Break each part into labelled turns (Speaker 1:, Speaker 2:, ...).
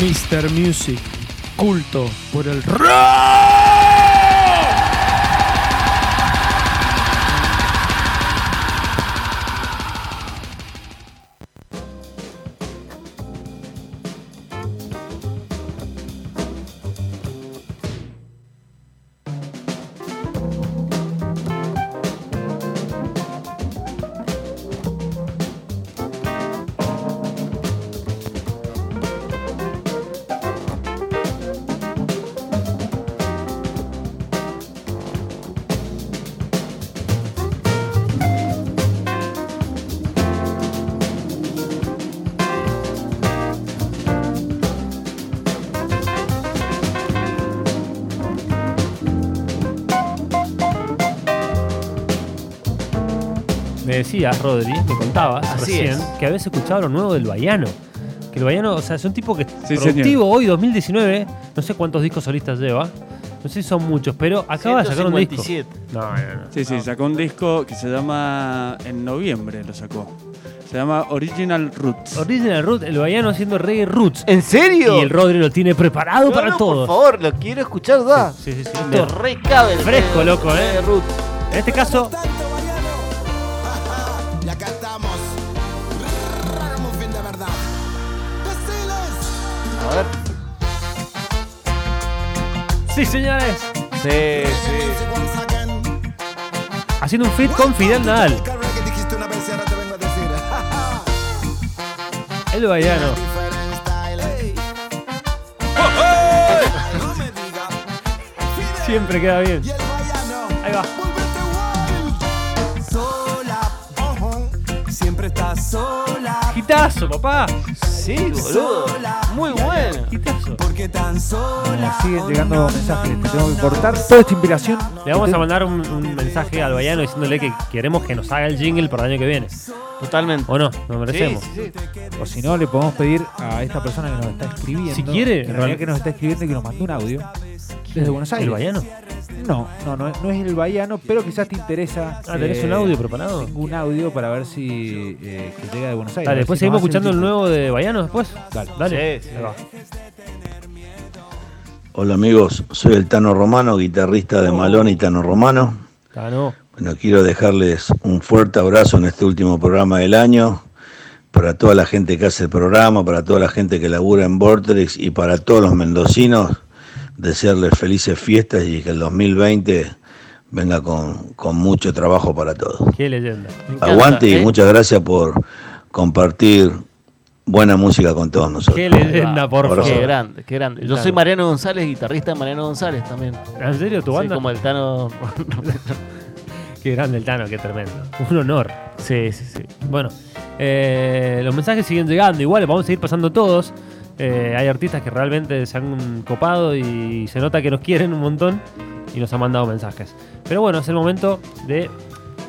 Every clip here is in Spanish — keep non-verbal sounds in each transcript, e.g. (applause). Speaker 1: Mr. Music, culto por el rock.
Speaker 2: Me decías, Rodri, me contabas
Speaker 3: Así
Speaker 2: recién
Speaker 3: es.
Speaker 2: que habías escuchado lo nuevo del Baiano. Que el Baiano, o sea, es un tipo que es
Speaker 4: Sí,
Speaker 2: productivo hoy, 2019. No sé cuántos discos solistas lleva. No sé si son muchos, pero acaba de sacar un disco.
Speaker 3: 157.
Speaker 2: No, no, no.
Speaker 4: Sí, sí, sacó un disco que se llama. En noviembre lo sacó. Se llama Original Roots.
Speaker 2: Original Roots, el Baiano haciendo reggae roots.
Speaker 3: ¿En
Speaker 2: Y
Speaker 3: serio?
Speaker 2: el Rodri lo tiene preparado
Speaker 3: No,
Speaker 2: para
Speaker 3: no,
Speaker 2: todos.
Speaker 3: Por favor, lo quiero escuchar, da.
Speaker 2: Sí, sí, sí.
Speaker 3: Me
Speaker 2: Esto-
Speaker 3: recabe el
Speaker 2: Fresco,
Speaker 3: pedo,
Speaker 2: loco, eh.
Speaker 3: de Roots.
Speaker 2: en este caso,
Speaker 5: Tanto baiano. Y acá estamos. Como un fin de verdad. Deciles.
Speaker 3: A ver.
Speaker 2: sí, señores.
Speaker 3: Sí, sí.
Speaker 5: Once again.
Speaker 2: Haciendo un fit con Fidel Nadal.
Speaker 5: El carro que dijiste una vez y ahora te vengo a decir.
Speaker 2: El Baiano.
Speaker 5: Different style. Hey. No me diga. Fidel
Speaker 2: Siempre queda bien.
Speaker 5: Y el baiano.
Speaker 2: Ahí va.
Speaker 5: Volvete wild. Sola. ojo, Siempre estás sola.
Speaker 2: Quitazo, papá.
Speaker 3: Sí, boludo. Muy bueno.
Speaker 2: Quitazo.
Speaker 5: Porque tan
Speaker 6: Me
Speaker 5: sola.
Speaker 6: siguen llegando mensajes. Me tengo que cortar toda esta inspiración.
Speaker 2: Le vamos a mandar un, un mensaje al Baiano diciéndole que queremos que nos haga el jingle para el año que viene.
Speaker 3: Totalmente.
Speaker 2: ¿O no? Nos
Speaker 3: Sí,
Speaker 2: merecemos.
Speaker 3: sí, sí.
Speaker 6: O si no, le podemos pedir a esta persona que nos está escribiendo.
Speaker 2: Si quiere,
Speaker 6: Que, en
Speaker 2: real-
Speaker 6: realidad que nos está escribiendo y que nos mandó un audio. Desde Buenos Aires.
Speaker 2: ¿El Baiano?
Speaker 6: No, no, no, no es el baiano, pero quizás te interesa.
Speaker 2: Ah, ¿tenés
Speaker 6: eh,
Speaker 2: un audio preparado?
Speaker 6: Tengo un audio para ver si eh, que llega de Buenos Aires.
Speaker 2: Dale,
Speaker 6: A ver
Speaker 2: después
Speaker 6: si nos
Speaker 2: seguimos
Speaker 6: hace un
Speaker 2: escuchando el
Speaker 6: chiste.
Speaker 2: nuevo de Baiano después.
Speaker 6: Dale.
Speaker 2: Dale.
Speaker 3: Sí, sí.
Speaker 2: Ahí va.
Speaker 7: Hola amigos, soy el Tano Romano, guitarrista de Malón y Tano Romano.
Speaker 2: Ah, no.
Speaker 7: Bueno, quiero dejarles un fuerte abrazo en este último programa del año, para toda la gente que hace el programa, para toda la gente que labura en Vortex y para todos los mendocinos, desearles felices fiestas y que el 2020 venga con, con mucho trabajo para todos.
Speaker 2: Qué leyenda.
Speaker 3: Me encanta,
Speaker 7: Aguante y
Speaker 3: ¿eh?
Speaker 7: muchas gracias por compartir buena música con todos nosotros.
Speaker 2: Qué leyenda, por
Speaker 7: Abrazo.
Speaker 3: Qué
Speaker 2: favor.
Speaker 3: grande, qué grande. Yo
Speaker 2: Claro.
Speaker 3: soy Mariano González, guitarrista de Mariano González también.
Speaker 2: ¿En serio tu
Speaker 3: Soy
Speaker 2: banda?
Speaker 3: como el
Speaker 2: (laughs)
Speaker 3: Tano.
Speaker 2: Qué grande el Tano, qué tremendo. Un honor.
Speaker 3: sí, sí, sí.
Speaker 2: Bueno, eh, los mensajes siguen llegando, igual vamos a seguir pasando todos. Eh, hay artistas que realmente se han copado y se nota que nos quieren un montón y nos han mandado mensajes. Pero bueno, es el momento de.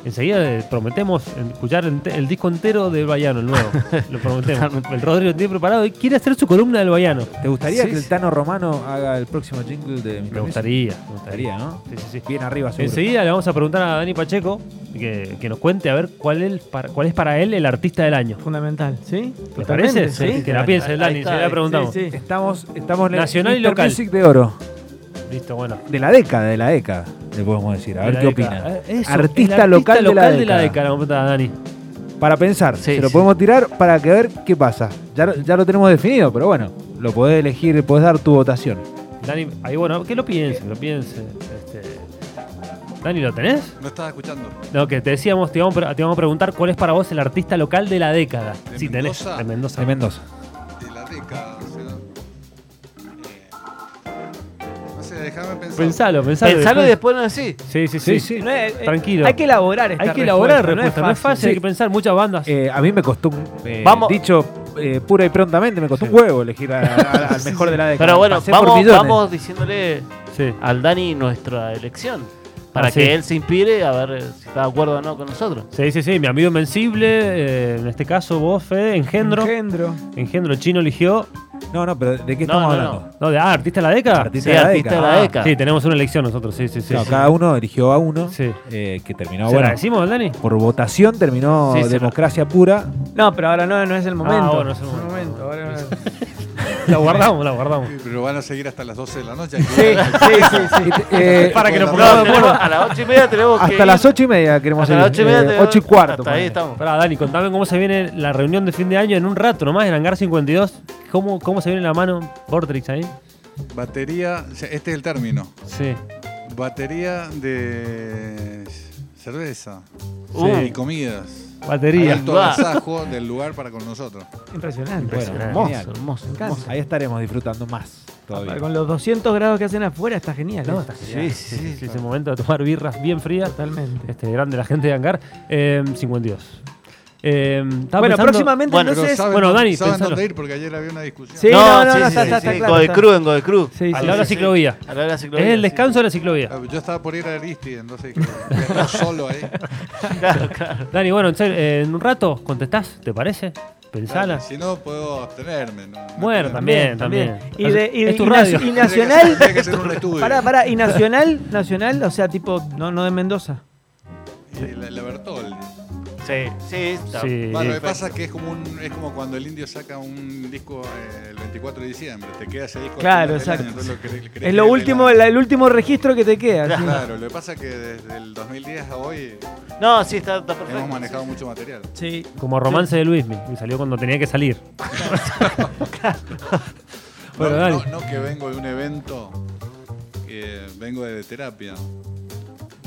Speaker 2: Enseguida de- prometemos escuchar ente- el disco entero del Bayano, el (laughs) nuevo. Lo prometemos.
Speaker 3: Totalmente.
Speaker 2: el Rodrigo tiene preparado y quiere hacer su columna del Bayano.
Speaker 6: ¿Te gustaría
Speaker 2: Sí,
Speaker 6: que el
Speaker 2: sí.
Speaker 6: Tano Romano haga el próximo jingle de mi
Speaker 2: Me gustaría. Me gustaría.
Speaker 6: gustaría, ¿no?
Speaker 2: Sí, sí, sí.
Speaker 6: Bien arriba, seguro.
Speaker 2: Enseguida le vamos a preguntar a Dani Pacheco que, que nos cuente a ver cuál, es para- cuál es para él el artista del año.
Speaker 8: Fundamental, ¿sí?
Speaker 2: ¿Te
Speaker 8: Totalmente,
Speaker 2: parece?
Speaker 8: Sí.
Speaker 2: Que la piense el
Speaker 3: Ahí
Speaker 2: Dani, se
Speaker 3: está,
Speaker 2: la
Speaker 3: ahí,
Speaker 2: preguntamos.
Speaker 8: Sí, sí.
Speaker 6: Estamos, estamos en el
Speaker 2: Nacional y
Speaker 6: Mr.
Speaker 2: local.
Speaker 6: Music de oro.
Speaker 2: Listo, bueno.
Speaker 6: De la década, de la década, le podemos decir. A
Speaker 2: De
Speaker 6: ver
Speaker 2: la
Speaker 6: qué
Speaker 2: década.
Speaker 6: opina.
Speaker 2: Eh, eso, el
Speaker 6: artista local, de, la década.
Speaker 2: década, como está Dani.
Speaker 6: Para pensar,
Speaker 3: Sí,
Speaker 6: se lo
Speaker 3: sí.
Speaker 6: podemos tirar para que ver qué pasa. Ya, lo- ya lo tenemos definido, pero bueno, lo podés elegir, podés dar tu votación.
Speaker 2: Dani, ahí bueno, que lo piense, que lo piense. Este, Dani, ¿lo tenés?
Speaker 4: Lo estás escuchando.
Speaker 2: No, que te decíamos, te íbamos, a pre- te íbamos a preguntar cuál es para vos el artista local de la década.
Speaker 9: ¿De
Speaker 2: sí, tenés.
Speaker 9: Mendoza?
Speaker 2: De Mendoza.
Speaker 6: De Mendoza.
Speaker 9: de la década. O sea, eh, no sé, déjame pensar.
Speaker 2: Pensalo, pensalo.
Speaker 3: Pensalo y después no decís.
Speaker 2: Sí, sí, sí.
Speaker 6: Sí, sí.
Speaker 8: No es-
Speaker 2: Tranquilo.
Speaker 8: Hay que elaborar esta
Speaker 2: Hay que elaborar
Speaker 8: respuesta,
Speaker 2: respuesta, no es fácil, hay
Speaker 6: Sí.
Speaker 2: que pensar muchas bandas.
Speaker 6: Eh, a mí me costó un. eh,
Speaker 3: Vamos.
Speaker 6: Dicho eh, pura y prontamente, me costó
Speaker 2: Sí.
Speaker 6: un huevo elegir a- a- al mejor de la década.
Speaker 3: Pero bueno,
Speaker 6: Pasé por
Speaker 3: vamos,
Speaker 6: millones.
Speaker 3: vamos diciéndole
Speaker 2: sí.
Speaker 3: al Dani nuestra elección. Para
Speaker 2: Ah,
Speaker 3: que
Speaker 2: sí.
Speaker 3: él se inspire a ver si está de acuerdo o no con nosotros.
Speaker 2: sí, sí, sí, mi amigo Invencible, eh, en este caso vos, Fede, Engendro.
Speaker 6: Engendro.
Speaker 2: Engendro chino eligió.
Speaker 6: No, no, pero ¿de qué
Speaker 3: No,
Speaker 6: estamos
Speaker 3: no, no.
Speaker 6: hablando?
Speaker 2: No, de, ah, artista de la década.
Speaker 6: Artista
Speaker 3: Sí,
Speaker 6: de la
Speaker 3: artista
Speaker 6: década.
Speaker 3: de la década.
Speaker 2: Sí, tenemos una elección nosotros, sí, sí, sí.
Speaker 6: Claro, cada uno eligió a uno
Speaker 2: Sí.
Speaker 6: eh, que terminó
Speaker 2: ¿Se
Speaker 6: bueno.
Speaker 2: la decimos, Dani?
Speaker 6: Por votación terminó
Speaker 2: Sí, se la-
Speaker 6: democracia pura.
Speaker 8: No, pero ahora no, no es el momento.
Speaker 2: ahora no es el
Speaker 8: ahora no es-
Speaker 2: La guardamos, la guardamos.
Speaker 9: Pero van a seguir hasta las 12 de la noche. hay que
Speaker 6: Sí,
Speaker 9: ver.
Speaker 6: sí, sí. Eh,
Speaker 2: Para que nos
Speaker 9: no,
Speaker 2: pongamos de
Speaker 3: tenemos-
Speaker 2: acuerdo.
Speaker 3: a las ocho y media tenemos que
Speaker 6: hasta
Speaker 3: ir.
Speaker 6: las ocho y media queremos
Speaker 3: Hasta las ocho y
Speaker 6: ir,
Speaker 3: media
Speaker 6: eh,
Speaker 3: tenemos-
Speaker 6: ocho y cuarto.
Speaker 3: Hasta ahí
Speaker 6: ponele.
Speaker 3: estamos.
Speaker 2: Pará, Dani, contame cómo se viene la reunión de fin de año en un rato nomás, en Hangar 52. ¿Cómo, cómo se viene la mano Vortrix ahí?
Speaker 9: Batería, o sea, este es el término.
Speaker 2: Sí.
Speaker 9: Batería de cerveza
Speaker 3: Uh.
Speaker 9: y comidas.
Speaker 2: Batería.
Speaker 9: Alto
Speaker 3: Va.
Speaker 9: agasajo del lugar para con nosotros.
Speaker 1: Impresionante.
Speaker 6: Bueno,
Speaker 3: Hermoso,
Speaker 6: genial.
Speaker 3: hermoso, hermoso.
Speaker 6: Ahí estaremos disfrutando más todavía.
Speaker 1: Ah, Con los 200 grados que hacen afuera está genial. ¿eh? ¿no?
Speaker 2: Sí, sí, sí, ese momento de tomar birras bien frías.
Speaker 1: Totalmente.
Speaker 2: Este, grande la gente de Hangar. Eh, 52. Eh, estaba
Speaker 1: Bueno,
Speaker 2: pensando-
Speaker 1: próximamente
Speaker 3: Bueno,
Speaker 9: Pero
Speaker 1: entonces.
Speaker 9: saben,
Speaker 2: bueno, Dani,
Speaker 9: saben
Speaker 2: pensalo.
Speaker 9: dónde ir porque ayer había una discusión.
Speaker 1: Sí, no, no, no, está- está- está claro, está.
Speaker 3: Godecru, en Godecru.
Speaker 1: Sí,
Speaker 2: Al
Speaker 1: sí,
Speaker 2: lado de la
Speaker 1: sí.
Speaker 2: ciclovía.
Speaker 3: Al lado de la
Speaker 2: Es
Speaker 3: ciclovía.
Speaker 2: el
Speaker 3: sí.
Speaker 2: descanso de la ciclovía.
Speaker 9: Ah, Yo estaba por ir a Aristi, entonces dije, voy a estar solo ahí.
Speaker 3: Claro, claro.
Speaker 2: Dani, bueno, en, serio, eh, en un rato contestás, ¿te parece? Pensala.
Speaker 9: Si no, puedo abstenerme. No, no
Speaker 2: Bueno,
Speaker 9: tengo-
Speaker 2: también, también.
Speaker 1: Y, de, y, de-
Speaker 2: es tu
Speaker 1: y na-
Speaker 2: radio.
Speaker 1: y
Speaker 9: Tendría que (laughs)
Speaker 1: nacional.
Speaker 9: hacer- tendría que hacer un estudio.
Speaker 1: Pará, pará. Y nacional, nacional, o sea, tipo, no, no de Mendoza.
Speaker 9: Y la, la Bertoldi.
Speaker 3: Sí, sí. está.
Speaker 2: Sí.
Speaker 9: Bueno, lo que pasa es que es como, un, es como cuando el indio saca un disco eh, el 24 de diciembre. Te queda ese disco.
Speaker 1: Claro,
Speaker 9: hasta el final del
Speaker 1: exacto.
Speaker 9: año, entonces lo cre- crees
Speaker 1: Es
Speaker 9: que
Speaker 1: lo
Speaker 9: de
Speaker 1: último,
Speaker 9: la-
Speaker 1: el, el último registro que te queda. sí.
Speaker 9: Claro, lo que pasa es que desde el 2010 a hoy
Speaker 3: No, sí, está, está perfecto.
Speaker 9: hemos manejado mucho material.
Speaker 1: Sí.
Speaker 2: Como romance de Luismi, y salió cuando tenía que salir. Bueno,
Speaker 9: no,
Speaker 2: dale.
Speaker 9: no- no que vengo de un evento, que vengo de terapia.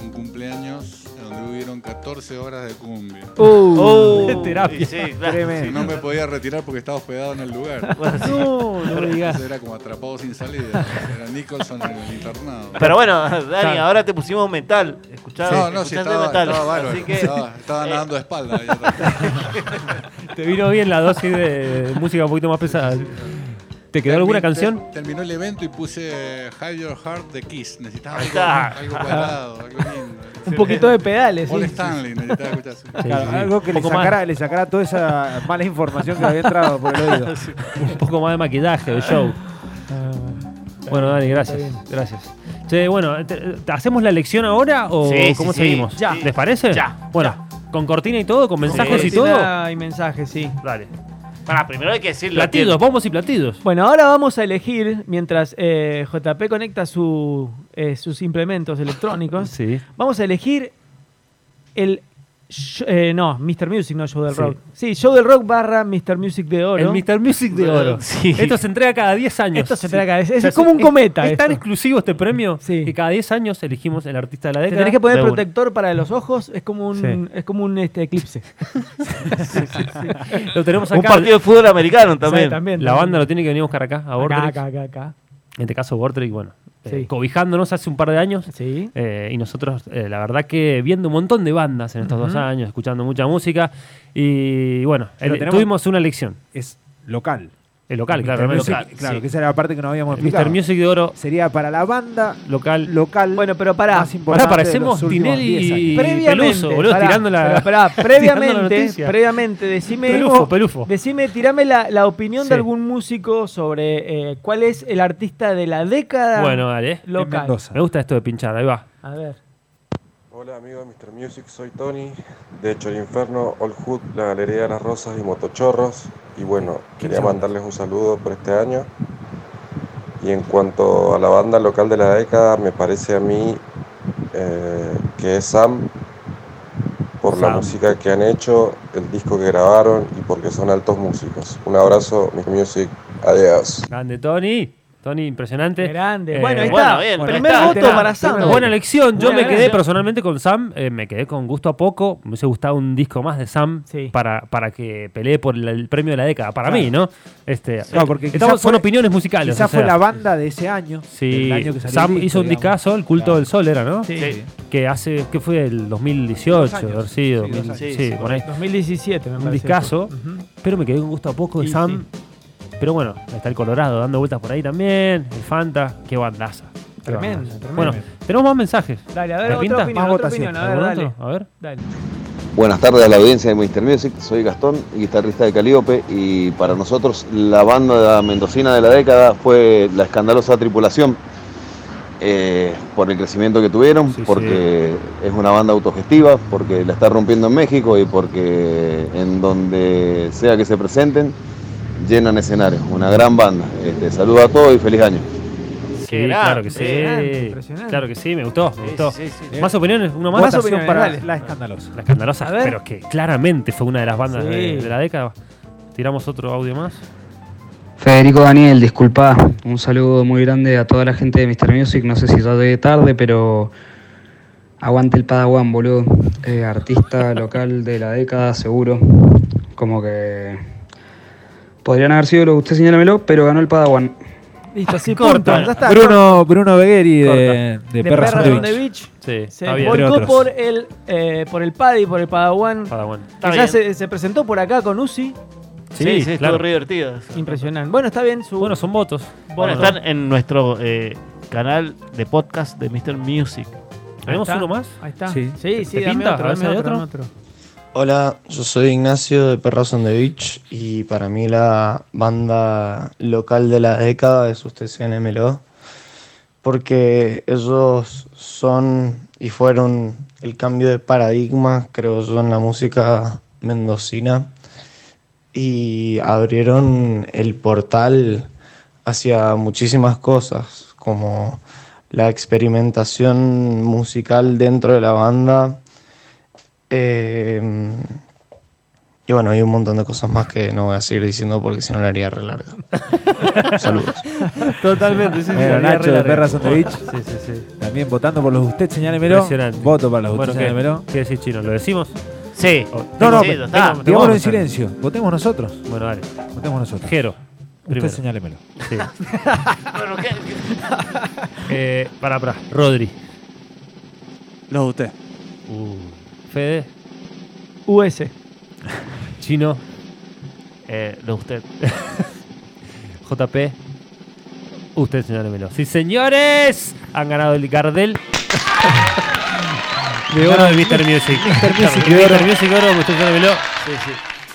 Speaker 9: Un cumpleaños donde hubieron 14 horas de cumbia.
Speaker 1: Uh,
Speaker 3: Oh,
Speaker 2: terapia.
Speaker 3: y Sí, claro.
Speaker 9: Y
Speaker 1: tremendo.
Speaker 9: no me podía retirar porque estaba hospedado en el
Speaker 1: (laughs)
Speaker 9: lugar.
Speaker 3: (laughs)
Speaker 1: No, no digas.
Speaker 9: Entonces era como atrapado sin salida. Era Nicholson en el internado.
Speaker 3: Pero bueno, Dani,
Speaker 2: Claro.
Speaker 3: ahora te pusimos metal. Escuchá,
Speaker 9: no, no,
Speaker 3: escuchaste
Speaker 9: si estaba,
Speaker 3: metal.
Speaker 9: estaba bárbaro.
Speaker 3: Así que,
Speaker 9: Estaba, estaba
Speaker 3: eh,
Speaker 9: nadando de espalda. ahí (laughs) atrás.
Speaker 2: Te vino bien la dosis de música un poquito más pesada. ¿Te quedó alguna
Speaker 9: Termin-
Speaker 2: canción?
Speaker 9: ter- Terminó el evento y puse Hide Your Heart de Kiss. Necesitaba
Speaker 3: Ahí
Speaker 9: algo,
Speaker 3: está.
Speaker 9: algo cuadrado, algo lindo.
Speaker 1: Un poquito de pedales.
Speaker 9: Paul
Speaker 1: sí.
Speaker 9: Stanley, necesitaba escuchar eso.
Speaker 2: Sí,
Speaker 6: Claro,
Speaker 2: sí, sí.
Speaker 6: algo que
Speaker 2: Un
Speaker 6: le
Speaker 2: poco más.
Speaker 6: sacara, le sacara toda esa mala información que había entrado por el
Speaker 4: (laughs)
Speaker 6: oído.
Speaker 2: un poco más de maquillaje, de show. Bueno, Dani, gracias. Gracias. Che, bueno, te- te- ¿hacemos la elección ahora o
Speaker 3: Sí, sí,
Speaker 2: cómo
Speaker 3: sí.
Speaker 2: seguimos?
Speaker 3: Ya.
Speaker 2: ¿Les parece?
Speaker 3: Ya.
Speaker 2: Bueno, con cortina y todo, con mensajes y
Speaker 1: Cortina
Speaker 2: todo.
Speaker 1: Y mensajes, sí.
Speaker 2: Dale.
Speaker 3: Pará, primero hay que decirlo.
Speaker 2: Platidos, bombos y platidos.
Speaker 1: Bueno, ahora vamos a elegir, mientras eh, JP conecta su, eh, sus implementos electrónicos,
Speaker 2: Sí.
Speaker 1: vamos a elegir el... sh- eh, no, Mr. Music, no Show del
Speaker 2: Sí.
Speaker 1: Rock. Sí, Show del Rock barra Mr. Music de
Speaker 2: El
Speaker 1: Oro.
Speaker 2: Mr. Music de (laughs) Oro.
Speaker 3: Sí.
Speaker 2: Esto se entrega cada 10 años.
Speaker 1: Esto se
Speaker 2: Sí.
Speaker 1: trae acá. Es, es
Speaker 2: O sea,
Speaker 1: como un cometa.
Speaker 2: Es, tan
Speaker 1: esto.
Speaker 2: exclusivo este premio
Speaker 1: Sí.
Speaker 2: que cada 10 años elegimos el artista de la
Speaker 1: Te
Speaker 2: década.
Speaker 1: tenés que poner
Speaker 2: de una.
Speaker 1: protector para los ojos. Es como un,
Speaker 2: Sí.
Speaker 1: es como un este, eclipse.
Speaker 2: Lo tenemos acá.
Speaker 3: Un partido de fútbol americano también.
Speaker 1: Sí, también.
Speaker 2: La banda lo tiene que venir a buscar (laughs) acá, a Vortrix.
Speaker 1: Acá, acá, acá, acá.
Speaker 2: En este caso, Vortrix, bueno, eh,
Speaker 1: Sí.
Speaker 2: cobijándonos hace un par de años.
Speaker 1: Sí.
Speaker 2: Eh, y nosotros, eh, la verdad que viendo un montón de bandas en estos dos años, escuchando mucha música. Y bueno,
Speaker 6: Pero
Speaker 2: eh,
Speaker 6: tenemos-
Speaker 2: tuvimos una elección.
Speaker 6: Es local.
Speaker 2: El local,
Speaker 6: Mr.
Speaker 2: claro.
Speaker 6: Music,
Speaker 2: local.
Speaker 6: claro,
Speaker 3: sí.
Speaker 6: que esa era la parte que no habíamos
Speaker 2: El Mr.
Speaker 6: explicado.
Speaker 2: Music de Oro,
Speaker 6: Sería para la banda
Speaker 2: local.
Speaker 6: local.
Speaker 1: Bueno, pero pará.
Speaker 6: más importante
Speaker 2: Ahora
Speaker 6: de los
Speaker 2: parecemos
Speaker 6: últimos
Speaker 2: Tinelli y
Speaker 6: 10 años.
Speaker 2: Peluso, boludo, (laughs)
Speaker 1: pará,
Speaker 2: tirando la.
Speaker 1: pero pará,
Speaker 2: tirando la
Speaker 1: previamente,
Speaker 2: noticia.
Speaker 1: previamente, decime,
Speaker 2: Pelufo, pelufo.
Speaker 1: decime, tirame la, la opinión
Speaker 2: Sí.
Speaker 1: de algún músico sobre eh, cuál es el artista de la década
Speaker 2: Bueno, dale.
Speaker 6: En
Speaker 1: local.
Speaker 6: Mendoza.
Speaker 2: Me gusta esto de pinchar, ahí va.
Speaker 1: A ver.
Speaker 8: Hola amigos de Mr. Music, soy Tony, de Hecho el Inferno, Old Hood, La Galería de las Rosas y Motochorros. Y bueno, quería mandarles un saludo por este año. Y en cuanto a la banda local de la década, me parece a mí eh, que es Sam, por la
Speaker 2: Sam.
Speaker 8: música que han hecho, el disco que grabaron y porque son altos músicos. Un abrazo, Mr. Music, adiós.
Speaker 2: Grande, Tony. Tony, impresionante.
Speaker 1: Grande.
Speaker 2: Eh,
Speaker 1: bueno, ahí
Speaker 3: bueno,
Speaker 1: está.
Speaker 3: bien, bueno,
Speaker 1: Primer
Speaker 3: está,
Speaker 1: voto
Speaker 6: está.
Speaker 1: para Sam.
Speaker 6: Primero
Speaker 2: Buena elección. Yo
Speaker 1: Buena
Speaker 2: me quedé
Speaker 1: elección.
Speaker 2: personalmente con Sam, eh, me quedé con gusto a poco. Me hubiese gustado un disco más de Sam
Speaker 1: Sí.
Speaker 2: para, para que pelee por el, el premio de la década. Para
Speaker 6: Claro.
Speaker 2: mí, ¿no? Este,
Speaker 6: No, porque quizá
Speaker 2: estamos- son
Speaker 6: fue-
Speaker 2: opiniones musicales.
Speaker 6: Quizás
Speaker 2: o sea.
Speaker 6: fue la banda de ese año.
Speaker 2: Sí,
Speaker 6: del año que salió
Speaker 2: Sam
Speaker 6: el disco,
Speaker 2: hizo un
Speaker 6: digamos.
Speaker 2: discazo, el culto
Speaker 6: Claro.
Speaker 2: del sol era, ¿no?
Speaker 1: Sí.
Speaker 2: Que hace, ¿qué fue? El 2018,
Speaker 6: Dos años.
Speaker 2: haber sido,
Speaker 6: Sí, dos
Speaker 2: 2000,
Speaker 3: años.
Speaker 2: sí,
Speaker 3: Sí, sí,
Speaker 2: por ahí.
Speaker 1: 2017 me
Speaker 2: Un
Speaker 1: parece.
Speaker 2: discazo.
Speaker 1: Ujú.
Speaker 2: Pero me quedé con gusto a poco de
Speaker 1: Sí,
Speaker 2: Sam. Pero bueno, está el Colorado dando vueltas por ahí también. El Fanta, qué bandaza. qué
Speaker 1: Tremendo,
Speaker 2: bandaza.
Speaker 1: tremendo.
Speaker 2: Bueno, tenemos más mensajes.
Speaker 1: Dale, a
Speaker 2: ¿Me
Speaker 1: ver, otra
Speaker 2: pinta?
Speaker 1: opinión,
Speaker 6: Más
Speaker 1: otra
Speaker 6: Ah, votación.
Speaker 1: opinión. A ver,
Speaker 2: ¿Algún
Speaker 1: dale.
Speaker 2: otro? A ver.
Speaker 1: dale.
Speaker 10: Buenas tardes a la audiencia de Mr. Music, soy Gastón, guitarrista de Calíope y para nosotros la banda mendocina de la década fue la escandalosa tripulación eh, por el crecimiento que tuvieron,
Speaker 2: Sí,
Speaker 10: porque es una banda autogestiva, porque la está rompiendo en México y porque en donde sea que se presenten llenan escenarios. Una gran banda. Este, saludo a todos y feliz año.
Speaker 2: Sí, claro que
Speaker 1: grande,
Speaker 2: sí.
Speaker 1: impresionante.
Speaker 2: Claro que sí, me gustó, me gustó.
Speaker 1: sí, sí.
Speaker 2: ¿Más opiniones? ¿Una más?
Speaker 1: Más opiniones, dale.
Speaker 6: La escandalosa.
Speaker 2: La escandalosa,
Speaker 1: A ver.
Speaker 2: pero que claramente fue una de las bandas
Speaker 1: Sí.
Speaker 2: de, de la década. Tiramos otro audio más.
Speaker 11: Federico Daniel, disculpa, un saludo muy grande a toda la gente de Mr. Music, no sé si ya llegué tarde, pero aguante el Padawan, boludo, Eh, artista local de la década, seguro, como que podrían haber sido lo que usted señálamelo, pero ganó el Padawan.
Speaker 1: Listo, así
Speaker 2: Corta.
Speaker 1: punto, ya está.
Speaker 6: Bruno, Bruno Begheri de,
Speaker 1: Corta.
Speaker 6: de Perras on the
Speaker 1: on the
Speaker 6: Beach.
Speaker 1: Beach.
Speaker 2: Sí,
Speaker 1: Se
Speaker 2: está bien.
Speaker 1: volcó
Speaker 6: Entre otros.
Speaker 1: por el, eh, por el Paddy, por el Padawan.
Speaker 2: Para bueno.
Speaker 1: que ya
Speaker 3: bien.
Speaker 1: se, se presentó por acá con Uzi.
Speaker 3: Sí,
Speaker 2: Sí,
Speaker 3: sí, estuvo
Speaker 2: claro.
Speaker 3: re divertido. eso.
Speaker 1: Impresionante. Bueno, está bien su.
Speaker 2: Bueno, son votos.
Speaker 3: Bueno,
Speaker 2: Votos.
Speaker 3: están en nuestro eh, canal de podcast de Mr. Music.
Speaker 2: ¿Tenemos
Speaker 1: Ahí está.
Speaker 2: uno más?
Speaker 1: Ahí está.
Speaker 6: Sí.
Speaker 1: Sí, sí,
Speaker 2: ¿Te
Speaker 1: dame
Speaker 2: pinta?
Speaker 1: otro,
Speaker 2: A ver si
Speaker 1: dame
Speaker 2: hay
Speaker 1: otro,
Speaker 2: otro.
Speaker 1: dame otro.
Speaker 12: Hola, yo soy Ignacio de Perros on the Beach y para mí la banda local de la década es Usted CNMLO porque ellos son y fueron el cambio de paradigma, creo yo, en la música mendocina y abrieron el portal hacia muchísimas cosas, como la experimentación musical dentro de la banda. Eh, y bueno, hay un montón de cosas más que no voy a seguir diciendo porque si no la haría re larga. Saludos.
Speaker 2: Totalmente, sí, sí.
Speaker 6: Bueno,
Speaker 2: la
Speaker 6: Nacho
Speaker 2: re
Speaker 6: de
Speaker 2: larga.
Speaker 6: Perras on the Beach.
Speaker 2: Sí, sí, sí.
Speaker 6: También votando por los usted, señálemelo.
Speaker 2: Impresionante.
Speaker 6: Voto para los usted,
Speaker 2: Bueno, ¿qué,
Speaker 6: señálemelo.
Speaker 2: ¿Qué decís, chino? ¿Lo decimos?
Speaker 3: Sí.
Speaker 2: O-
Speaker 6: No, no,
Speaker 3: Sí,
Speaker 6: pero-
Speaker 3: ya está.
Speaker 6: digámoslo
Speaker 2: Vamos a
Speaker 6: en
Speaker 2: hacer.
Speaker 6: silencio. Votemos nosotros.
Speaker 2: Bueno, dale.
Speaker 6: Votemos nosotros.
Speaker 2: Jero.
Speaker 6: Usted
Speaker 2: Primero.
Speaker 6: señálemelo. (laughs)
Speaker 2: Sí. eh, para, para. Rodri.
Speaker 4: Los de usted.
Speaker 6: Uh.
Speaker 2: Fede.
Speaker 1: US.
Speaker 2: Chino.
Speaker 3: Eh, lo
Speaker 2: (laughs)
Speaker 3: de usted.
Speaker 2: JP. Usted, señálemelo. Sí, señores. Han ganado el Gardel.
Speaker 6: (laughs)
Speaker 2: De oro de Mr. Music. Mr. Music de oro. Mr. Music de oro, usted señálemelo.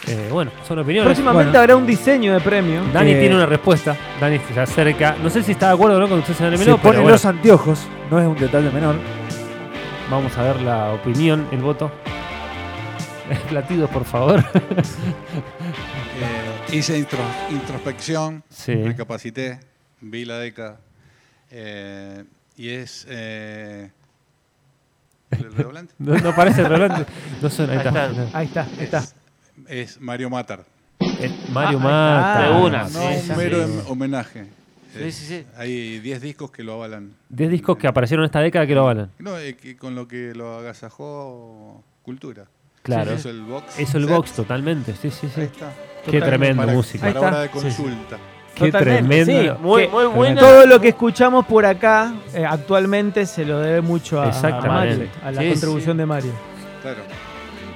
Speaker 2: Eh, bueno, son opiniones.
Speaker 1: Próximamente habrá un diseño de premio.
Speaker 2: Dani
Speaker 6: Eh,
Speaker 2: tiene una respuesta. Dani se acerca. No sé si está de acuerdo o no con usted,
Speaker 6: Se
Speaker 2: señálemelo.
Speaker 6: pone
Speaker 2: Pero bueno,
Speaker 6: los anteojos, no es un detalle menor.
Speaker 2: vamos a ver la opinión, el voto. (laughs) Platidos, por favor. (laughs)
Speaker 9: Eh, hice intro- introspección,
Speaker 2: Sí.
Speaker 9: recapacité, vi la década. eh, y es. eh, ¿El redoblante?
Speaker 2: No, no parece relevante. No suena. Ahí está.
Speaker 1: Ahí está, ahí está.
Speaker 9: Es Mario Matar.
Speaker 2: Eh, Mario
Speaker 1: Ah,
Speaker 2: Mata.
Speaker 1: ahí está.
Speaker 3: De una.
Speaker 9: No
Speaker 3: Sí,
Speaker 9: un
Speaker 3: sí,
Speaker 9: mero
Speaker 3: sí.
Speaker 9: em- homenaje. Eh,
Speaker 3: Sí, sí, sí.
Speaker 9: Hay 10 discos que lo avalan.
Speaker 2: 10 discos que aparecieron esta década que lo avalan.
Speaker 9: No, eh, que con lo que lo agasajó Cultura.
Speaker 2: Claro.
Speaker 9: Hizo el box.
Speaker 2: Eso el
Speaker 9: set.
Speaker 2: box totalmente, sí, sí, sí.
Speaker 9: Ahí está.
Speaker 2: Qué tremendo
Speaker 9: para-
Speaker 2: música.
Speaker 9: Para
Speaker 1: Ahí está.
Speaker 9: hora de
Speaker 2: Sí, sí.
Speaker 9: consulta.
Speaker 2: Qué
Speaker 1: Totalmente,
Speaker 2: tremendo.
Speaker 1: sí.
Speaker 3: Muy,
Speaker 1: Que
Speaker 3: muy buena.
Speaker 1: Todo lo que escuchamos por acá eh, actualmente se lo debe mucho a, a
Speaker 2: Exactamente.
Speaker 1: Mario, a la
Speaker 3: Sí,
Speaker 1: contribución de Mario.
Speaker 9: Claro.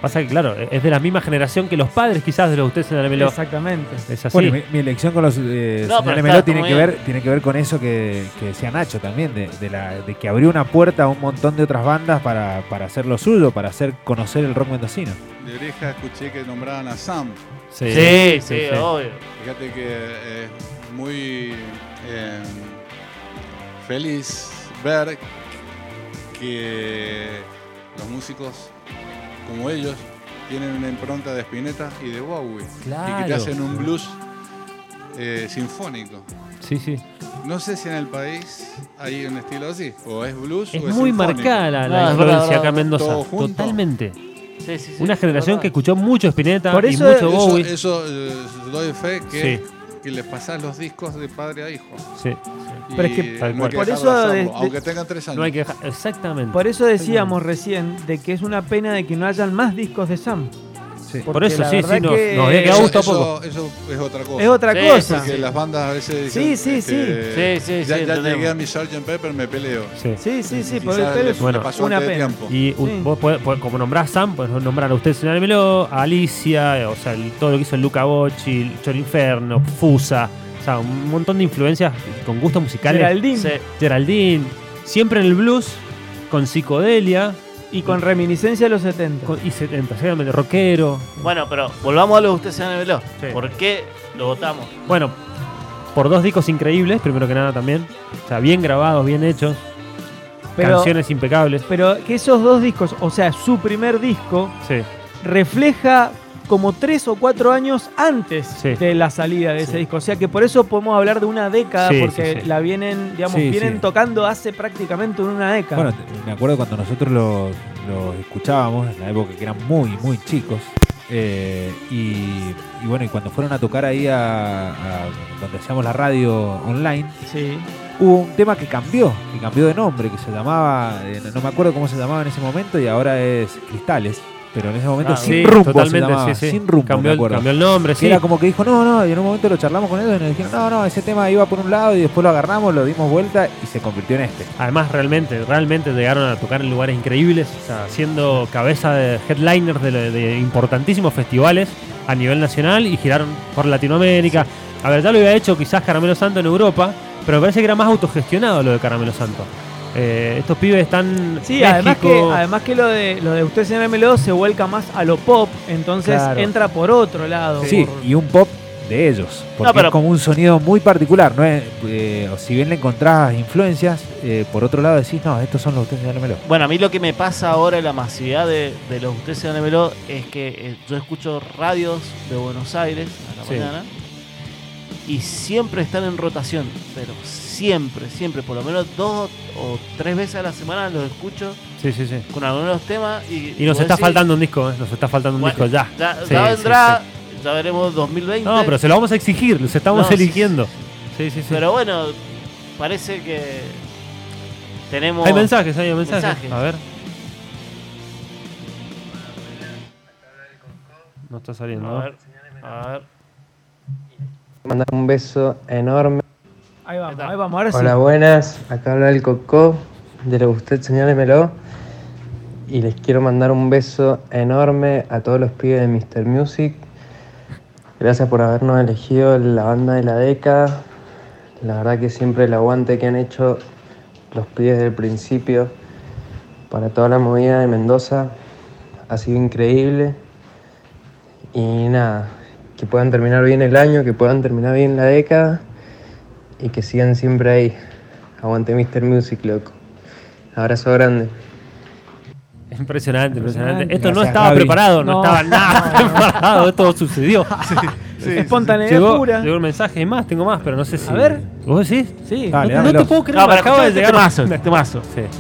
Speaker 2: Pasa que, claro, es de la misma generación que los padres quizás de los ustedes en Armelo.
Speaker 1: Exactamente.
Speaker 2: Es así.
Speaker 6: Bueno, mi, mi elección con los eh,
Speaker 3: No, pero
Speaker 6: señálemelo
Speaker 3: está
Speaker 6: tiene
Speaker 3: muy
Speaker 6: que,
Speaker 3: bien.
Speaker 6: ver, tiene que ver con eso que, que decía Nacho también, de, de la, de que abrió una puerta a un montón de otras bandas para, para hacer lo suyo, para hacer conocer el rock mendocino.
Speaker 9: De oreja escuché que nombraban a Sam.
Speaker 2: sí,
Speaker 3: Sí, sí,
Speaker 2: sí.
Speaker 3: obvio.
Speaker 9: Fíjate que eh, es muy eh, feliz ver que los músicos como ellos tienen una impronta de Spinetta y de Bowie. Y que te
Speaker 2: Claro.
Speaker 9: hacen un blues eh, sinfónico.
Speaker 2: Sí, sí.
Speaker 9: No sé si en el país hay un estilo así. O es blues
Speaker 2: Es
Speaker 9: o es
Speaker 2: muy
Speaker 9: sinfónico.
Speaker 2: marcada la, la
Speaker 3: No, es
Speaker 2: influencia
Speaker 3: verdad,
Speaker 2: acá en
Speaker 9: todo
Speaker 2: Mendoza.
Speaker 9: junto.
Speaker 2: Totalmente.
Speaker 3: Sí, sí, sí,
Speaker 2: Una
Speaker 3: sí,
Speaker 2: generación
Speaker 3: verdad.
Speaker 2: que escuchó mucho Spinetta
Speaker 1: Por
Speaker 2: y
Speaker 1: eso-
Speaker 2: mucho
Speaker 9: Eso,
Speaker 2: Bowie.
Speaker 9: eso eh, doy fe que, que les pasás los discos de padre a hijo.
Speaker 2: Sí.
Speaker 1: Pero es que-
Speaker 9: Y
Speaker 2: Tal
Speaker 9: no
Speaker 2: cual.
Speaker 9: hay que
Speaker 1: Por
Speaker 9: dejar
Speaker 1: eso
Speaker 9: de hacerlo,
Speaker 1: de- de-
Speaker 9: aunque tengan tres años.
Speaker 2: No hay que dejar. Exactamente.
Speaker 1: Por eso decíamos recién de que es una pena de que no hayan más discos de Sam. Porque
Speaker 2: Por eso,
Speaker 1: la
Speaker 2: sí,
Speaker 1: verdad
Speaker 2: sí, nos,
Speaker 1: que-
Speaker 2: nos había quedado
Speaker 9: eso,
Speaker 2: gusto a poco.
Speaker 9: eso, eso es otra cosa.
Speaker 1: Es otra
Speaker 3: Sí,
Speaker 1: cosa.
Speaker 9: Porque las bandas a veces
Speaker 1: Sí,
Speaker 9: dicen,
Speaker 1: sí,
Speaker 3: sí.
Speaker 9: este,
Speaker 3: Sí, sí,
Speaker 9: Ya,
Speaker 3: sí,
Speaker 9: ya
Speaker 3: entendemos.
Speaker 9: llegué a mi Sgt. Pepper, me peleo.
Speaker 2: Sí.
Speaker 1: Sí, sí, sí, por
Speaker 9: Quizás
Speaker 1: pero
Speaker 9: le-
Speaker 1: es
Speaker 2: Bueno,
Speaker 9: le pasó
Speaker 1: una
Speaker 9: antes de
Speaker 1: pena.
Speaker 9: tiempo.
Speaker 2: Y u-
Speaker 1: Sí.
Speaker 2: vos podés- podés- como nombrás Sam, podés nombrar a usted señálmelo, a Alicia, eh, o sea, el- todo lo que hizo Luca Bocci, Chori Inferno, Fusa, o sea, un montón de influencias con gustos musicales.
Speaker 1: Geraldine.
Speaker 2: Sí. Geraldine. Siempre en el blues, con psicodelia
Speaker 1: Y con reminiscencia de los 70.
Speaker 2: con- y 70, seguramente rockero.
Speaker 3: Bueno, pero volvamos a lo de usted se han velado.
Speaker 2: Sí.
Speaker 3: ¿Por qué lo votamos?
Speaker 2: Bueno, por dos discos increíbles, primero que nada también. O sea, bien grabados, bien hechos,
Speaker 1: pero,
Speaker 2: canciones impecables.
Speaker 1: pero que esos dos discos, o sea, su primer disco,
Speaker 2: Sí,
Speaker 1: refleja como tres o cuatro años antes de la salida de ese disco. O sea que por eso podemos hablar de una década,
Speaker 6: Sí, sí,
Speaker 1: porque
Speaker 6: sí.
Speaker 1: la vienen, digamos,
Speaker 6: Sí,
Speaker 1: vienen
Speaker 6: sí.
Speaker 1: tocando hace prácticamente una década.
Speaker 6: Bueno, te- me acuerdo cuando nosotros los, los escuchábamos, en la época que eran muy, muy chicos. eh, y, y bueno, y cuando fueron a tocar ahí a, a donde hacíamos la radio online, hubo un tema que cambió, que cambió de nombre, que se llamaba, eh, no, no me acuerdo cómo se llamaba en ese momento, y ahora es Cristales. Pero en ese momento
Speaker 2: Ah,
Speaker 6: sin
Speaker 2: sí,
Speaker 6: rumbo se
Speaker 2: totalmente,
Speaker 6: llamaba,
Speaker 2: sí, sí.
Speaker 6: sin rumbo,
Speaker 2: Cambió
Speaker 6: me
Speaker 2: el-
Speaker 6: acuerdo.
Speaker 2: cambió el nombre,
Speaker 4: Ah,
Speaker 6: Que
Speaker 2: sí.
Speaker 6: Era como que dijo, no, no, y en un momento lo charlamos con ellos y nos dijeron, no, no, ese tema iba por un lado y después lo agarramos, lo dimos vuelta y se convirtió en este.
Speaker 2: Además, realmente, realmente llegaron a tocar en lugares increíbles, o sea, siendo cabeza de headliners de, lo- de importantísimos festivales a nivel nacional y giraron por Latinoamérica. A ver, ya lo había hecho quizás Caramelo Santo en Europa, pero me parece que era más autogestionado lo de Caramelo Santo. Eh, estos pibes están.
Speaker 1: Sí, además que,
Speaker 2: México-
Speaker 1: además que lo de lo de usted señora MLO se vuelca más a lo pop, entonces
Speaker 6: Claro.
Speaker 1: entra por otro lado.
Speaker 6: Sí,
Speaker 1: por-
Speaker 6: y un pop de ellos. Porque
Speaker 1: No, pero-
Speaker 6: es como un sonido muy particular. ¿no? es, eh, o si bien le encontrás influencias, eh, por otro lado decís, no, estos son los ustedes de Almelo.
Speaker 3: Bueno, a mí lo que me pasa ahora en la masividad de, de los Ustedes se Meló es que eh, yo escucho radios de Buenos Aires a la
Speaker 2: Sí.
Speaker 3: mañana y siempre están en rotación, pero siempre, siempre, por lo menos dos o tres veces a la semana los escucho
Speaker 2: Sí, sí, sí.
Speaker 3: con algunos temas y,
Speaker 2: Y nos
Speaker 3: vos
Speaker 2: está
Speaker 3: decís,
Speaker 2: faltando un disco, eh, nos está faltando un
Speaker 3: bueno,
Speaker 2: disco ya.
Speaker 3: Ya,
Speaker 2: Sí,
Speaker 3: ya
Speaker 2: sí,
Speaker 3: vendrá,
Speaker 2: sí.
Speaker 3: ya veremos 2020.
Speaker 2: No, pero se lo vamos a exigir, los estamos
Speaker 3: No, sí,
Speaker 2: eligiendo. Sí, sí, sí.
Speaker 3: Pero bueno, parece que tenemos.
Speaker 2: Hay mensajes, hay mensajes. A ver. No está saliendo.
Speaker 3: A ver, a ver.
Speaker 12: Mandar un beso enorme.
Speaker 1: Ahí vamos, ahí vamos, ahora sí.
Speaker 12: Hola, buenas. Acá habla el Coco de lo que usted señálemelo. Y les quiero mandar un beso enorme a todos los pibes de Mr. Music. Gracias por habernos elegido la banda de la década. La verdad que siempre el aguante que han hecho los pibes del principio para toda la movida de Mendoza ha sido increíble. Y nada, que puedan terminar bien el año, que puedan terminar bien la década y que sigan siempre ahí. Aguante Mr. Music, loco. Abrazo grande.
Speaker 2: Impresionante, impresionante.
Speaker 12: Impresionante.
Speaker 2: Esto no
Speaker 12: Gracias,
Speaker 2: estaba
Speaker 12: Gaby.
Speaker 2: preparado, no,
Speaker 12: No.
Speaker 2: estaba
Speaker 1: (laughs)
Speaker 2: nada preparado, esto sucedió.
Speaker 1: sí, Espontaneidad
Speaker 2: Llegó-
Speaker 1: pura.
Speaker 2: Llegó un mensaje más, tengo más, pero no sé si.
Speaker 1: A ver.
Speaker 2: ¿Vos decís?
Speaker 1: Sí.
Speaker 2: No,
Speaker 1: Dale,
Speaker 2: te- no
Speaker 1: dámelo.
Speaker 2: te puedo creer,
Speaker 1: No,
Speaker 2: me
Speaker 1: para
Speaker 2: acaba de
Speaker 1: escuchar
Speaker 2: llegar
Speaker 1: este
Speaker 2: un- Sí.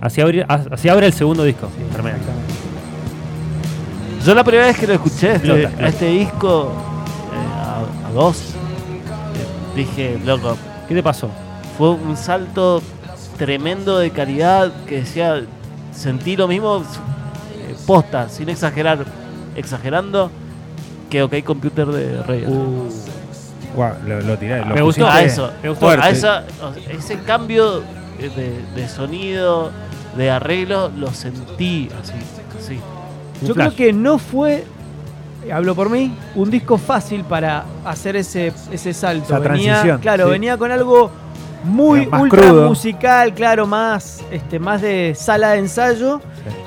Speaker 2: Así abre, así abre el segundo disco. Tremendo.
Speaker 3: Yo la primera vez que lo escuché, este,
Speaker 2: Explota, explota.
Speaker 3: este disco, eh, a, a dos, eh, dije, loco.
Speaker 2: ¿Qué te pasó?
Speaker 3: Fue un salto tremendo de calidad que decía, sentí lo mismo, eh, posta, sin exagerar, exagerando, que OK Computer de Reyes.
Speaker 6: Guau, lo, lo tiré, lo
Speaker 3: Uh, me gustó a
Speaker 6: pusiste
Speaker 3: eso, me gustó
Speaker 6: fuerte.
Speaker 3: a esa- o- ese cambio eh, de, de sonido, de arreglo, lo sentí así, así.
Speaker 1: Yo creo que no fue, hablo por mí, un disco fácil para hacer ese, ese salto.
Speaker 6: Esa
Speaker 1: venía,
Speaker 6: transición,
Speaker 1: claro,
Speaker 6: sí.
Speaker 1: venía con algo muy
Speaker 6: Era más
Speaker 1: ultra
Speaker 6: crudo.
Speaker 1: musical, claro, más, este, más de sala de ensayo.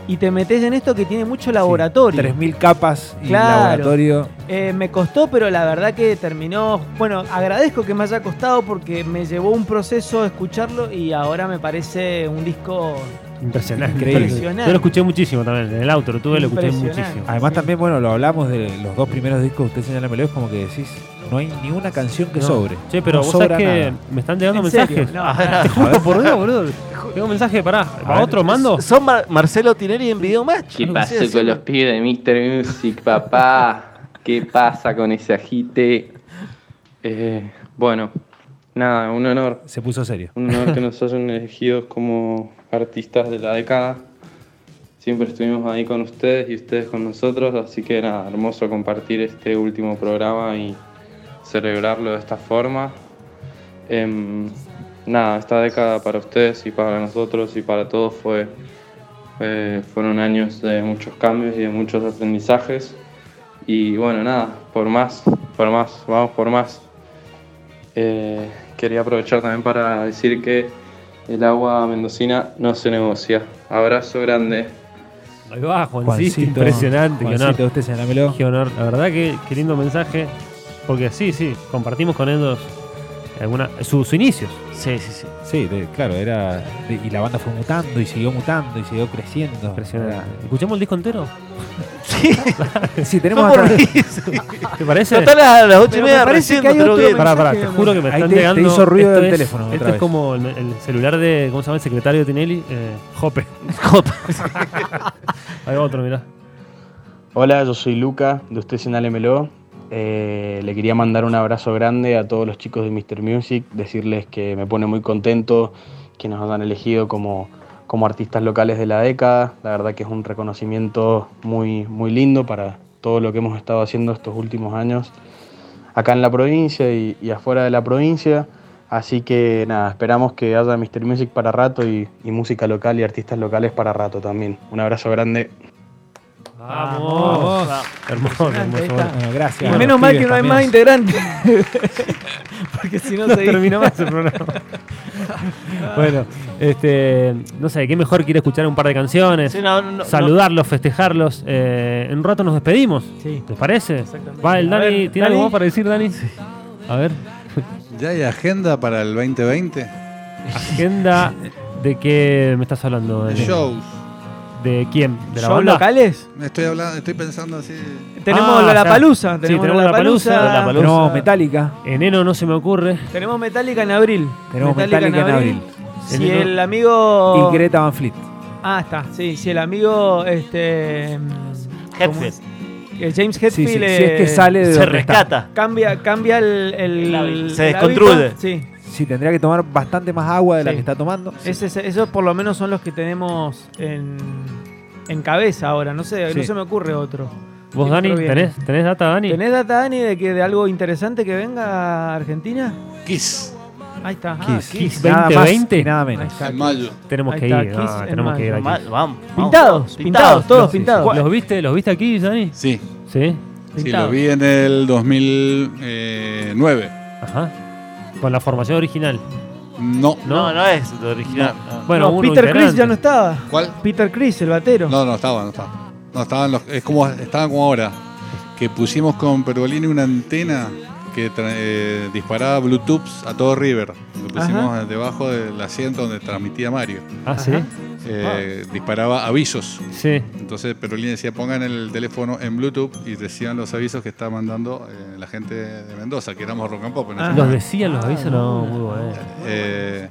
Speaker 1: Y te metes en esto que tiene mucho laboratorio.
Speaker 6: 3.000 capas y laboratorio.
Speaker 1: Eh, me costó, pero la verdad que terminó. Bueno, agradezco que me haya costado porque me llevó un proceso escucharlo y ahora me parece un disco
Speaker 2: Impresionante.
Speaker 1: Increíble.
Speaker 2: Yo lo escuché muchísimo también, en el auto lo tuve, lo escuché
Speaker 1: Impresionante.
Speaker 2: muchísimo.
Speaker 6: Además también, bueno, lo hablamos de los dos primeros discos que usted señala Meló, es como que decís, no hay ni una canción que
Speaker 2: No.
Speaker 6: sobre.
Speaker 2: Che, pero
Speaker 6: No
Speaker 2: vos
Speaker 6: sobra
Speaker 2: sabés que
Speaker 6: nada.
Speaker 2: me están llegando
Speaker 6: ¿En serio?
Speaker 2: mensajes.
Speaker 6: No, pará.
Speaker 2: Te
Speaker 6: A
Speaker 2: juro
Speaker 6: ver.
Speaker 2: por Dios, boludo. Tengo un mensaje, pará. ¿A
Speaker 3: ver.
Speaker 2: otro mando?
Speaker 3: Son Mar- Marcelo Tineri en Video Match.
Speaker 13: ¿Qué
Speaker 3: algo así
Speaker 13: pasó
Speaker 3: decía.
Speaker 13: con los pibes de Mr. Music, papá? ¿Qué pasa con ese agite? Eh, bueno, nada, un honor.
Speaker 6: Se puso serio.
Speaker 13: Un honor que nos hayan elegido como artistas de la década. Siempre estuvimos ahí con ustedes y ustedes con nosotros, así que nada, hermoso compartir este último programa y celebrarlo de esta forma. Em, nada, esta década para ustedes y para nosotros y para todos fue, eh, fueron años de muchos cambios y de muchos aprendizajes. Y bueno, nada, por más, por más, vamos por más. Eh, quería aprovechar también para decir que el agua mendocina no se negocia. Abrazo grande.
Speaker 2: Ahí va, Juancito,
Speaker 6: Juancito.
Speaker 2: impresionante.
Speaker 6: Juancito,
Speaker 2: qué honor.
Speaker 6: usted señálamelo.
Speaker 2: Qué honor. La verdad que qué lindo mensaje. Porque sí, sí, compartimos con ellos alguna, sus, sus inicios.
Speaker 3: Sí, sí, sí.
Speaker 6: Sí, de- claro, era. de- y la banda fue mutando y siguió mutando y siguió creciendo.
Speaker 2: Impresionante. ¿Escuchamos el disco entero?
Speaker 3: Sí.
Speaker 6: Sí, tenemos
Speaker 3: Fue por
Speaker 6: hasta-
Speaker 3: ahí, sí.
Speaker 6: Ah,
Speaker 2: ¿Te parece?
Speaker 3: Total, a las ocho y media recién
Speaker 2: hay
Speaker 3: creo
Speaker 2: otro
Speaker 3: que-
Speaker 2: Pará, pará, te juro que me
Speaker 6: Ahí
Speaker 2: están
Speaker 6: te- te
Speaker 2: llegando.
Speaker 6: hizo ruido
Speaker 2: Esto
Speaker 6: el
Speaker 2: es-
Speaker 6: teléfono,
Speaker 2: Esto
Speaker 6: otra
Speaker 2: es
Speaker 6: vez.
Speaker 2: como el, el celular de, ¿cómo se llama? El secretario de Tinelli. Eh,
Speaker 6: (laughs)
Speaker 2: Jope. (laughs)
Speaker 3: Jope.
Speaker 2: Hay otro, mirá.
Speaker 14: Hola, yo soy Luca, de Usted sin Alemelo. Eh, le quería mandar un abrazo grande a todos los chicos de Mr. Music, decirles que me pone muy contento que nos hayan elegido como, como artistas locales de la década. La verdad que es un reconocimiento muy, muy lindo para todo lo que hemos estado haciendo estos últimos años acá en la provincia y, y afuera de la provincia. Así que nada, esperamos que haya Mr. Music para rato y- y música local y artistas locales para rato también. Un abrazo grande.
Speaker 2: Vamos. Hermoso, hermoso.
Speaker 1: Ahí está.
Speaker 2: Bueno, gracias.
Speaker 1: Y
Speaker 2: Bueno,
Speaker 1: menos mal que no
Speaker 2: pibes
Speaker 1: hay
Speaker 2: también.
Speaker 1: más integrantes. (laughs) Porque si no,
Speaker 2: No
Speaker 1: seguimos.
Speaker 2: termina más el Este programa. Bueno, este, no sé, qué mejor que ir a escuchar un par de canciones,
Speaker 3: Sí, no, no,
Speaker 2: saludarlos, festejarlos. eh, en un rato nos despedimos. ¿Les parece? Va, el
Speaker 9: A
Speaker 2: Dani,
Speaker 9: ver,
Speaker 2: ¿tiene
Speaker 9: Dani.
Speaker 2: algo más para decir, Dani? A ver.
Speaker 9: ¿Ya hay agenda para el 2020?
Speaker 2: Agenda de qué me estás hablando.
Speaker 9: De
Speaker 2: Dani?
Speaker 9: shows.
Speaker 2: ¿De quién? ¿De la
Speaker 9: ¿Shows
Speaker 2: banda? Ah,
Speaker 1: locales? Ah,
Speaker 9: Me estoy hablando, estoy pensando así.
Speaker 1: Tenemos la Lollapalooza,
Speaker 2: Sí,
Speaker 1: tenemos
Speaker 2: tenemos la
Speaker 1: Lollapalooza.
Speaker 2: palusa.
Speaker 1: Tenemos
Speaker 2: Metallica. Enero no se me ocurre.
Speaker 1: Tenemos Metallica en abril.
Speaker 2: Tenemos Metallica en abril.
Speaker 1: Si
Speaker 2: Tenemos-
Speaker 1: el amigo.
Speaker 6: Y Greta Van Fleet.
Speaker 1: Ah, está. Sí, si el amigo. Este. ¿cómo es? Eh, James Hetfield.
Speaker 6: Sí, sí, si
Speaker 1: eh,
Speaker 6: es que sale de Se donde está. rescata.
Speaker 1: Cambia, cambia el. el-
Speaker 6: hábito. Se
Speaker 1: el
Speaker 6: desconstruye.
Speaker 1: hábito. Sí.
Speaker 6: Sí, tendría que tomar bastante más agua de la
Speaker 1: Sí.
Speaker 6: que está tomando.
Speaker 2: Ah,
Speaker 1: Ese es- esos por lo menos son los que tenemos en, en cabeza ahora. No sé, no
Speaker 2: Sí.
Speaker 1: se me ocurre otro.
Speaker 2: ¿Vos,
Speaker 1: Sí,
Speaker 2: Dani,
Speaker 1: pero bien.
Speaker 2: tenés, tenés data, Dani?
Speaker 1: ¿Tenés data, Dani, de que de algo interesante que venga a Argentina?
Speaker 9: Kiss.
Speaker 1: Ahí está. Ah,
Speaker 2: Kiss. Kiss Ah,
Speaker 1: Nada más.
Speaker 2: 2020.
Speaker 1: Ahí está,
Speaker 9: En mayo.
Speaker 2: Tenemos
Speaker 1: Ahí
Speaker 2: que
Speaker 1: está,
Speaker 2: ir,
Speaker 1: Kiss
Speaker 2: no,
Speaker 1: en
Speaker 2: tenemos que ir. a
Speaker 1: mayo.
Speaker 2: Kiss.
Speaker 1: Ma- vamos, vamos. Pintados, pintados, todos pintados.
Speaker 2: ¿Los viste, los viste aquí, Dani?
Speaker 9: Sí.
Speaker 2: Sí.
Speaker 9: Sí, lo vi en el eh, 2009.
Speaker 2: Ajá. Con la formación original.
Speaker 9: No.
Speaker 3: No, no es lo original.
Speaker 9: No.
Speaker 2: Bueno,
Speaker 1: No,
Speaker 2: uno
Speaker 1: Peter Chris
Speaker 2: integrante.
Speaker 1: ya no estaba.
Speaker 9: ¿Cuál?
Speaker 1: Peter Chris, el batero.
Speaker 9: No, no estaba, no estaba. No estaban los, es como estaban como ahora que pusimos con Pergolini una antena que tra- eh, disparaba Bluetooth a todo River. Lo pusimos
Speaker 2: Ajá.
Speaker 9: debajo del asiento donde transmitía Mario.
Speaker 2: Ah, ¿sí? Ajá.
Speaker 9: Eh, Disparaba avisos.
Speaker 2: Sí.
Speaker 9: Entonces Perolini decía pongan el teléfono en Bluetooth y decían los avisos que está mandando eh, la gente de Mendoza, que éramos rock and pop.
Speaker 1: Ah.
Speaker 9: en ese
Speaker 2: ¿Los
Speaker 9: momento.
Speaker 2: decían los avisos? No, muy bueno.
Speaker 9: Eh,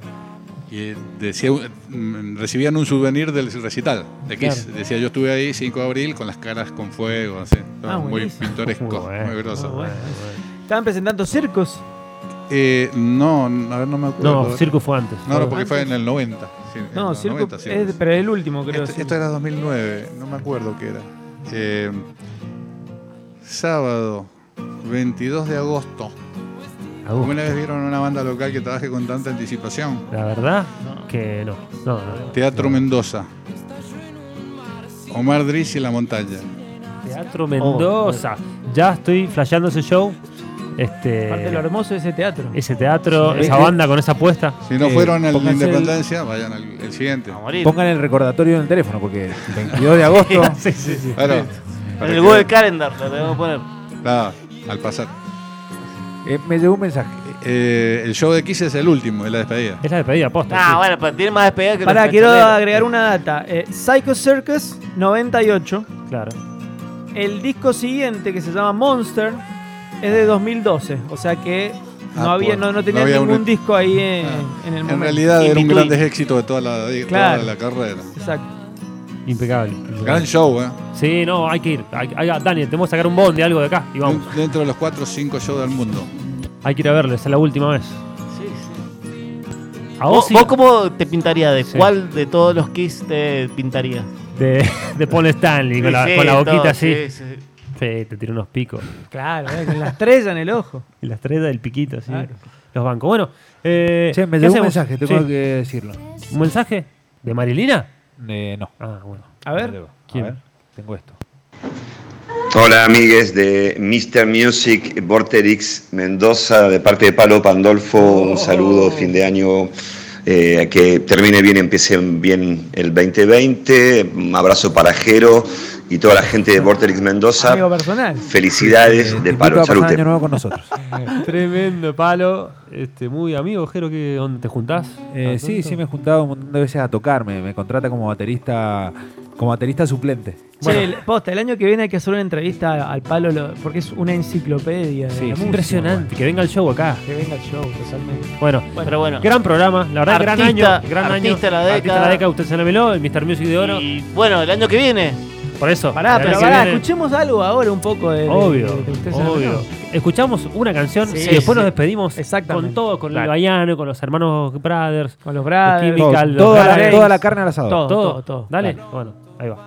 Speaker 9: y decía, mm, recibían un souvenir del recital de Kiss.
Speaker 2: Claro.
Speaker 9: Decía, yo estuve ahí 5 de abril con las caras con fuego, así.
Speaker 1: Ah,
Speaker 9: muy
Speaker 1: buenísimo.
Speaker 9: pintoresco, muy, grosso.
Speaker 1: Estaban presentando circos.
Speaker 9: Eh, no, a ver, no me acuerdo.
Speaker 2: No, Circo fue antes.
Speaker 9: No, no, porque
Speaker 1: Antes.
Speaker 9: fue en el 90. sí, en
Speaker 1: No,
Speaker 9: los
Speaker 1: circo
Speaker 9: 90, sí.
Speaker 1: es, pero el último, creo.
Speaker 9: Esto,
Speaker 1: sí.
Speaker 9: esto era 2009, no me acuerdo qué era. Eh, sábado, 22 de agosto.
Speaker 2: Agosto.
Speaker 9: ¿Alguna vez vieron una banda local que trabaje con tanta anticipación?
Speaker 2: uh, La verdad que no. No, no.
Speaker 9: Teatro Mendoza. Omar Driz y la montaña.
Speaker 2: Teatro Mendoza. Ya estoy flasheando ese show. Este,
Speaker 1: Aparte lo hermoso de ese teatro.
Speaker 2: ese teatro,
Speaker 1: Sí.
Speaker 2: esa banda con esa apuesta.
Speaker 9: Si no
Speaker 2: Eh,
Speaker 9: fueron al
Speaker 2: pónganse el- Ah,
Speaker 9: Independencia, vayan al el siguiente.
Speaker 6: Pongan el recordatorio en el teléfono porque el
Speaker 2: (laughs)
Speaker 6: 22 de agosto.
Speaker 2: sí, sí, sí.
Speaker 9: Claro.
Speaker 3: En el Google Calendar lo debemos poner.
Speaker 9: Nada, al pasar.
Speaker 6: eh,
Speaker 9: Eh,
Speaker 6: me llegó un mensaje.
Speaker 9: el show de Kiss es el último, es la despedida.
Speaker 2: Es la despedida posta.
Speaker 3: Ah, bueno, pero tiene más despedida que
Speaker 1: Pará,
Speaker 3: los
Speaker 1: quiero
Speaker 3: cachaleros.
Speaker 1: agregar una data. Eh, Psycho Circus 98.
Speaker 2: Claro.
Speaker 1: El disco siguiente, que se llama Monster, es de 2012. O sea que no,
Speaker 9: Ah,
Speaker 1: había,
Speaker 9: pues,
Speaker 1: no, no tenía
Speaker 9: no había
Speaker 1: ningún
Speaker 9: un- Ah.
Speaker 1: disco ahí en, en el
Speaker 9: En
Speaker 1: momento.
Speaker 9: realidad era un
Speaker 1: Intuit.
Speaker 9: gran éxito de toda la, de toda
Speaker 1: Claro.
Speaker 9: la carrera.
Speaker 1: Exacto.
Speaker 2: Impecable.
Speaker 9: Gran show, ¿eh?
Speaker 2: Sí, no, hay que ir. Hay, hay- Dani, tenemos que sacar un bond de algo de acá y vamos.
Speaker 9: Dentro de los 4 o 5 shows del mundo.
Speaker 2: Hay que ir a verlo, esa es la última vez.
Speaker 3: Sí, sí.
Speaker 2: A
Speaker 3: ¿Vos,
Speaker 2: Ozzy
Speaker 3: vos cómo te pintaría? ¿De
Speaker 2: Sí.
Speaker 3: cuál de todos los Kiss te pintaría?
Speaker 2: de, de Paul Stanley con,
Speaker 3: Sí,
Speaker 2: la,
Speaker 3: sí,
Speaker 2: con la boquita
Speaker 3: todo,
Speaker 2: así.
Speaker 3: sí, sí.
Speaker 2: Sí, te tiró unos picos.
Speaker 1: Claro, eh, con la estrella en el ojo.
Speaker 2: Y las tres del piquito, así.
Speaker 1: Claro.
Speaker 2: Ah. Los bancos. Bueno, eh,
Speaker 6: Che, me
Speaker 2: ¿qué
Speaker 6: llegó un
Speaker 2: hacemos?
Speaker 6: mensaje, tengo
Speaker 2: Sí.
Speaker 6: que decirlo.
Speaker 2: ¿Un mensaje? ¿De Marilina?
Speaker 6: Eh, no.
Speaker 2: Ah, bueno.
Speaker 6: (laughs)
Speaker 1: A ver.
Speaker 2: ¿Quién?
Speaker 6: A ver, tengo esto.
Speaker 15: Hola amigues de Mr. Music Vorterix Mendoza, de parte de Palo Pandolfo,
Speaker 6: Oh.
Speaker 15: un saludo, fin de año, eh, que termine bien, empiece bien el 2020, un abrazo para Jero y toda la gente de Vorterix Mendoza.
Speaker 1: Amigo personal.
Speaker 15: Felicidades de
Speaker 6: Invito a
Speaker 15: Palo.
Speaker 6: Eh, pasar
Speaker 15: Salute.
Speaker 6: año nuevo
Speaker 15: (laughs)
Speaker 6: con nosotros.
Speaker 2: Tremendo palo. Este, muy amigo, Jero, que ¿dónde te juntás?
Speaker 6: Eh, sí, sí, me he juntado un montón de veces a tocarme. Me contrata como baterista como baterista suplente.
Speaker 1: Che, el- posta, el año que viene hay que hacer una entrevista al palo lo- porque es una enciclopedia. de la música,
Speaker 2: impresionante. Que venga el show acá.
Speaker 1: Que venga el show, totalmente.
Speaker 2: Bueno,
Speaker 1: Pero bueno.
Speaker 2: gran programa, la verdad, gran año.
Speaker 1: Artista,
Speaker 2: Gran año.
Speaker 1: artista de la
Speaker 2: Artista
Speaker 1: década.
Speaker 2: usted se la veló, el Mr. Music de Oro.
Speaker 3: Y bueno, el año que viene.
Speaker 2: Por eso.
Speaker 1: Pará,
Speaker 2: el
Speaker 1: pero
Speaker 2: año que
Speaker 1: pará,
Speaker 2: viene-
Speaker 1: escuchemos algo ahora un poco de. de-
Speaker 2: Obvio,
Speaker 1: de- de usted se
Speaker 2: obvio.
Speaker 1: enamoró.
Speaker 2: Escuchamos una canción
Speaker 1: Sí,
Speaker 2: y después
Speaker 1: sí.
Speaker 2: nos despedimos
Speaker 1: Exactamente.
Speaker 2: con todo, con el
Speaker 1: Claro.
Speaker 2: Baiano, con los hermanos Brothers,
Speaker 1: Con los Brothers,
Speaker 2: Chemical,
Speaker 1: Todos,
Speaker 2: los
Speaker 1: toda la-
Speaker 2: Brothers.
Speaker 1: toda la carne al asado. Todo, todo, todo.
Speaker 2: Dale,
Speaker 1: Dale.
Speaker 2: bueno, ahí va.